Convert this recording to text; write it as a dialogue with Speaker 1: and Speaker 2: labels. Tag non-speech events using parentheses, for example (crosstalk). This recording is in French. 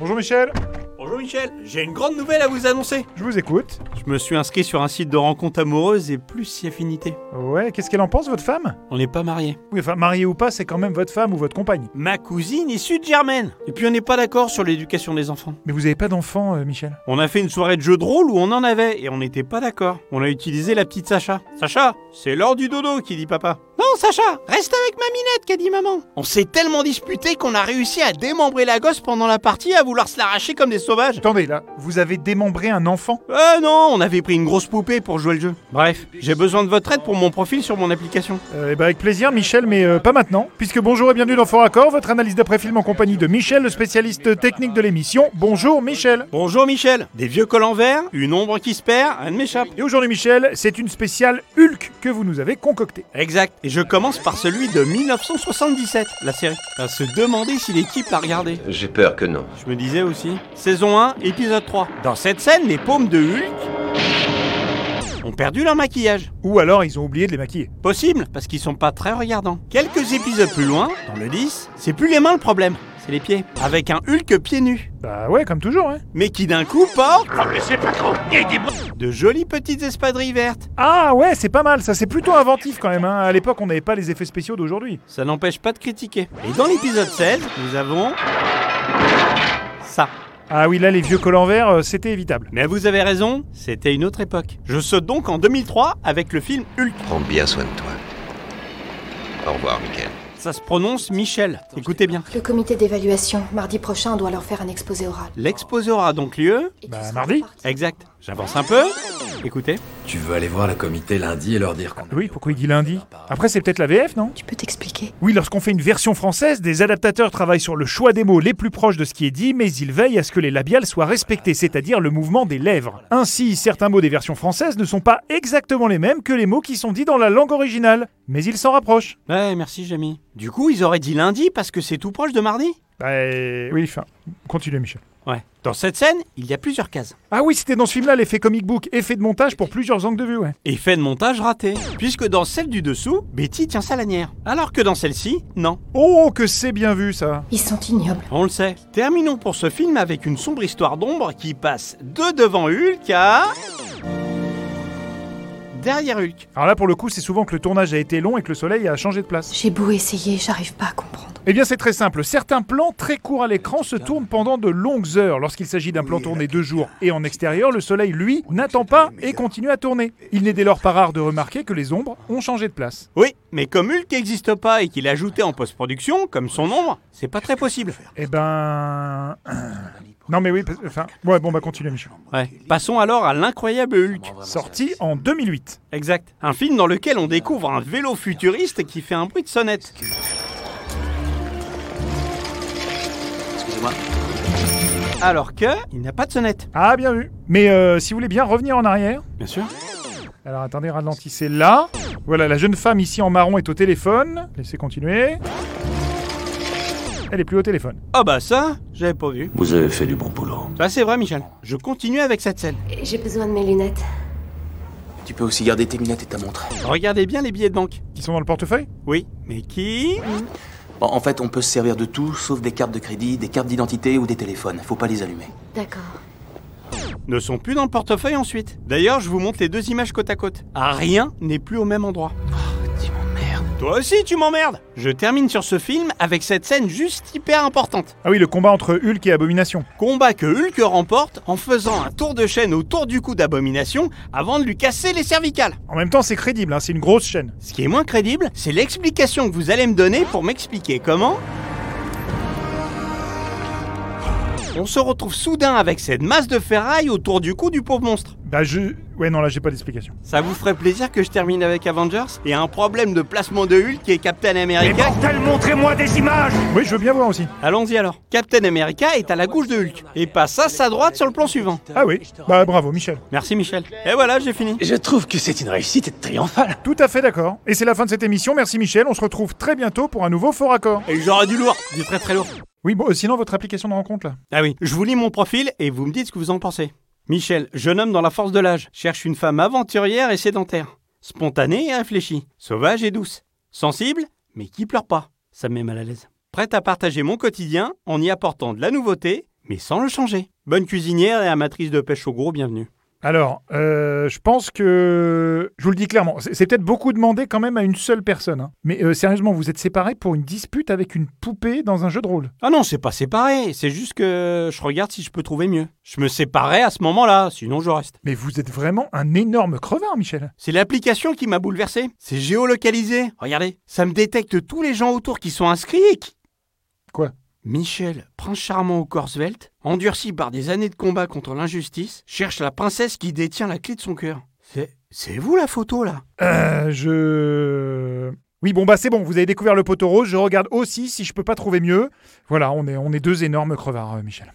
Speaker 1: Bonjour Michel,
Speaker 2: Bonjour Michel, j'ai une grande nouvelle à vous annoncer.
Speaker 1: je vous écoute.
Speaker 2: Je me suis inscrit sur un site de rencontre amoureuse et plus si affinité.
Speaker 1: Ouais, qu'est-ce qu'elle en pense, votre femme
Speaker 2: On n'est pas mariés.
Speaker 1: Oui, enfin, mariée ou pas, c'est quand même votre femme ou votre compagne.
Speaker 2: Ma cousine issue de Germaine. Et puis on n'est pas d'accord sur l'éducation des enfants.
Speaker 1: Mais vous n'avez pas d'enfant, euh, Michel
Speaker 2: On a fait une soirée de jeux de rôle où on en avait et on n'était pas d'accord. On a utilisé la petite Sacha. Sacha, c'est l'heure du dodo qui dit papa. Non Sacha, reste avec ma minette qu'a dit maman. On s'est tellement disputé qu'on a réussi à démembrer la gosse pendant la partie à vouloir se l'arracher comme des sauvages.
Speaker 1: Attendez, là, vous avez démembré un enfant
Speaker 2: Ah non, on avait pris une grosse poupée pour jouer le jeu. Bref, j'ai besoin de votre aide pour mon profil sur mon application.
Speaker 1: Euh, Eh ben, avec plaisir, Michel, mais euh, pas maintenant. Puisque bonjour et bienvenue dans Fort Accord, votre analyse d'après-film en compagnie de Michel, le spécialiste technique de l'émission. Bonjour, Michel
Speaker 2: Bonjour Michel, des vieux collants verts, une ombre qui se perd, un de m'échappe.
Speaker 1: Et aujourd'hui, Michel, c'est une spéciale Hulk que vous nous avez concoctée.
Speaker 2: Exact. Et je commence par celui de 1977, la série. À se demander si l'équipe l'a regardé.
Speaker 3: J'ai peur que non.
Speaker 2: Je me disais aussi. Saison 1, épisode 3. Dans cette scène, les paumes de Hulk ont perdu leur maquillage.
Speaker 1: Ou alors, ils ont oublié de les maquiller.
Speaker 2: Possible, parce qu'ils sont pas très regardants. Quelques épisodes plus loin, dans le 10, c'est plus les mains le problème, c'est les pieds. Avec un Hulk pieds nus.
Speaker 1: Bah ouais, comme toujours, hein.
Speaker 2: mais qui d'un coup porte de jolies petites espadrilles vertes.
Speaker 1: Ah ouais, c'est pas mal, ça c'est plutôt inventif quand même. Hein. À l'époque, on n'avait pas les effets spéciaux d'aujourd'hui.
Speaker 2: Ça n'empêche pas de critiquer. Et dans l'épisode 16, nous avons ça.
Speaker 1: Ah oui, là, les vieux collants verts, euh, c'était évitable.
Speaker 2: Mais vous avez raison, c'était une autre époque. Je saute donc en 2003 avec le film Hulk.
Speaker 3: Prends bien soin de toi. Au revoir, Michael.
Speaker 2: Ça se prononce Michel. Écoutez bien.
Speaker 4: Le comité d'évaluation, mardi prochain, doit leur faire un exposé oral.
Speaker 2: L'exposé aura donc lieu.
Speaker 4: Et tu
Speaker 1: Bah,
Speaker 4: seras
Speaker 1: mardi.
Speaker 4: parti.
Speaker 2: Exact. J'avance un peu. Écoutez.
Speaker 5: Tu veux aller voir la comité lundi et leur dire qu'on
Speaker 1: Oui, pourquoi il dit lundi Après, c'est peut-être la VF, non
Speaker 4: Tu peux t'expliquer
Speaker 1: Oui, lorsqu'on fait une version française, des adaptateurs travaillent sur le choix des mots les plus proches de ce qui est dit, mais ils veillent à ce que les labiales soient respectés, c'est-à-dire le mouvement des lèvres. Ainsi, certains mots des versions françaises ne sont pas exactement les mêmes que les mots qui sont dits dans la langue originale, mais ils s'en rapprochent.
Speaker 2: Ouais, merci Jamie. Du coup, ils auraient dit lundi parce que c'est tout proche de mardi.
Speaker 1: Bah euh, oui, enfin, continuez Michel.
Speaker 2: Ouais. Dans cette scène, il y a plusieurs cases.
Speaker 1: Ah oui, c'était dans ce film-là l'effet comic book, effet de montage pour plusieurs angles de vue, ouais.
Speaker 2: Effet de montage raté. Puisque dans celle du dessous, Betty tient sa lanière. Alors que dans celle-ci, non.
Speaker 1: Oh, que c'est bien vu ça
Speaker 4: Ils sont ignobles.
Speaker 2: On le sait. Terminons pour ce film avec une sombre histoire d'ombre qui passe de devant Hulk à. derrière Hulk.
Speaker 1: Alors là, pour le coup, c'est souvent que le tournage a été long et que le soleil a changé de place.
Speaker 4: J'ai beau essayer, j'arrive pas à comprendre.
Speaker 1: Eh bien, c'est très simple. Certains plans très courts à l'écran se tournent pendant de longues heures. Lorsqu'il s'agit d'un plan tourné deux jours et en extérieur, le soleil, lui, n'attend pas et continue à tourner. hein. Il n'est dès lors pas rare de remarquer que les ombres ont changé de place.
Speaker 2: Oui, mais comme Hulk n'existe pas et qu'il est ajouté en post-production, comme son ombre, c'est pas très possible.
Speaker 1: Eh (coughs) ben... Non mais oui, parce- enfin... Ouais, bon, bah continuez, Michel.
Speaker 2: Ouais. Passons alors à l'incroyable Hulk.
Speaker 1: Sorti en 2008.
Speaker 2: Exact. Un film dans lequel on découvre un vélo futuriste qui fait un bruit de sonnette.
Speaker 3: Excusez-moi.
Speaker 2: Alors que, il n'a pas de sonnette.
Speaker 1: Ah, bien vu. Mais euh, si vous voulez bien revenir en arrière...
Speaker 2: Bien sûr.
Speaker 1: Alors attendez, ralentissez là. Voilà, la jeune femme ici en marron est au téléphone. Laissez continuer. Elle est plus au téléphone.
Speaker 2: Ah bah ça, j'avais pas vu.
Speaker 5: Vous avez fait du bon boulot.
Speaker 2: Bah c'est vrai Michel. Je continue avec cette scène.
Speaker 4: J'ai besoin de mes lunettes.
Speaker 6: Tu peux aussi garder tes lunettes et ta montre.
Speaker 2: Regardez bien les billets de banque.
Speaker 1: Qui sont dans le portefeuille
Speaker 2: Oui, mais qui
Speaker 6: En- en fait, on peut se servir de tout sauf des cartes de crédit, des cartes d'identité ou des téléphones. Faut pas les allumer.
Speaker 4: D'accord.
Speaker 2: ne sont plus dans le portefeuille ensuite. D'ailleurs, je vous montre les deux images côte à côte. Ah, Rien n'est plus au même endroit.
Speaker 6: Dis mon merde.
Speaker 2: Toi aussi, tu m'emmerdes Je termine sur ce film avec cette scène juste hyper importante.
Speaker 1: Ah oui, le combat entre Hulk et Abomination.
Speaker 2: Combat que Hulk remporte en faisant un tour de chaîne autour du cou d'Abomination avant de lui casser les cervicales.
Speaker 1: En même temps, c'est crédible, hein, c'est une grosse chaîne.
Speaker 2: Ce qui est moins crédible, c'est l'explication que vous allez me donner pour m'expliquer comment... On se retrouve soudain avec cette masse de ferraille autour du cou du pauvre monstre.
Speaker 1: Bah je... Ouais, non, là, j'ai pas d'explication.
Speaker 2: Ça vous ferait plaisir que je termine avec Avengers Et un problème de placement de Hulk et Captain America
Speaker 1: Oui, je veux bien voir aussi.
Speaker 2: Allons-y alors. Captain America est à la gauche de Hulk et passe à sa droite sur le plan suivant.
Speaker 1: Ah oui Bah bravo, Michel.
Speaker 2: Merci Michel. Et voilà, j'ai fini.
Speaker 5: Je trouve que c'est une réussite triomphale.
Speaker 1: Tout à fait d'accord. Et c'est la fin de cette émission, merci Michel, on se retrouve très bientôt pour un nouveau Fort Accord.
Speaker 2: Et j'aurai du lourd, du très très lourd.
Speaker 1: Oui, bon, euh, sinon, votre application de rencontre, là
Speaker 2: Ah oui, je vous lis mon profil et vous me dites ce que vous en pensez. Michel, jeune homme dans la force de l'âge, cherche une femme aventurière et sédentaire. Spontanée et réfléchie, sauvage et douce. Sensible, mais qui pleure pas. Ça me met mal à l'aise. Prête à partager mon quotidien en y apportant de la nouveauté, mais sans le changer. Bonne cuisinière et amatrice de pêche au gros, bienvenue.
Speaker 1: Alors, euh, je pense que. Je vous le dis clairement, c'est c'est peut-être beaucoup demandé quand même à une seule personne. hein. Mais euh, sérieusement, vous êtes séparés pour une dispute avec une poupée dans un jeu de rôle.
Speaker 2: Ah non, c'est pas séparé, c'est juste que je regarde si je peux trouver mieux. Je me séparais à ce moment-là, sinon je reste.
Speaker 1: Mais vous êtes vraiment un énorme crevard, Michel.
Speaker 2: C'est l'application qui m'a bouleversé. C'est géolocalisé. Regardez, ça me détecte tous les gens autour qui sont inscrits et qui...
Speaker 1: Quoi
Speaker 2: Michel, prince charmant au corps svelte, endurci par des années de combat contre l'injustice, cherche la princesse qui détient la clé de son cœur. C'est... C'est vous la photo, là
Speaker 1: Euh, je. Oui, bon, bah c'est bon, vous avez découvert le poteau rose. Je regarde aussi si je peux pas trouver mieux. Voilà, on est, on est deux énormes crevards, euh, Michel.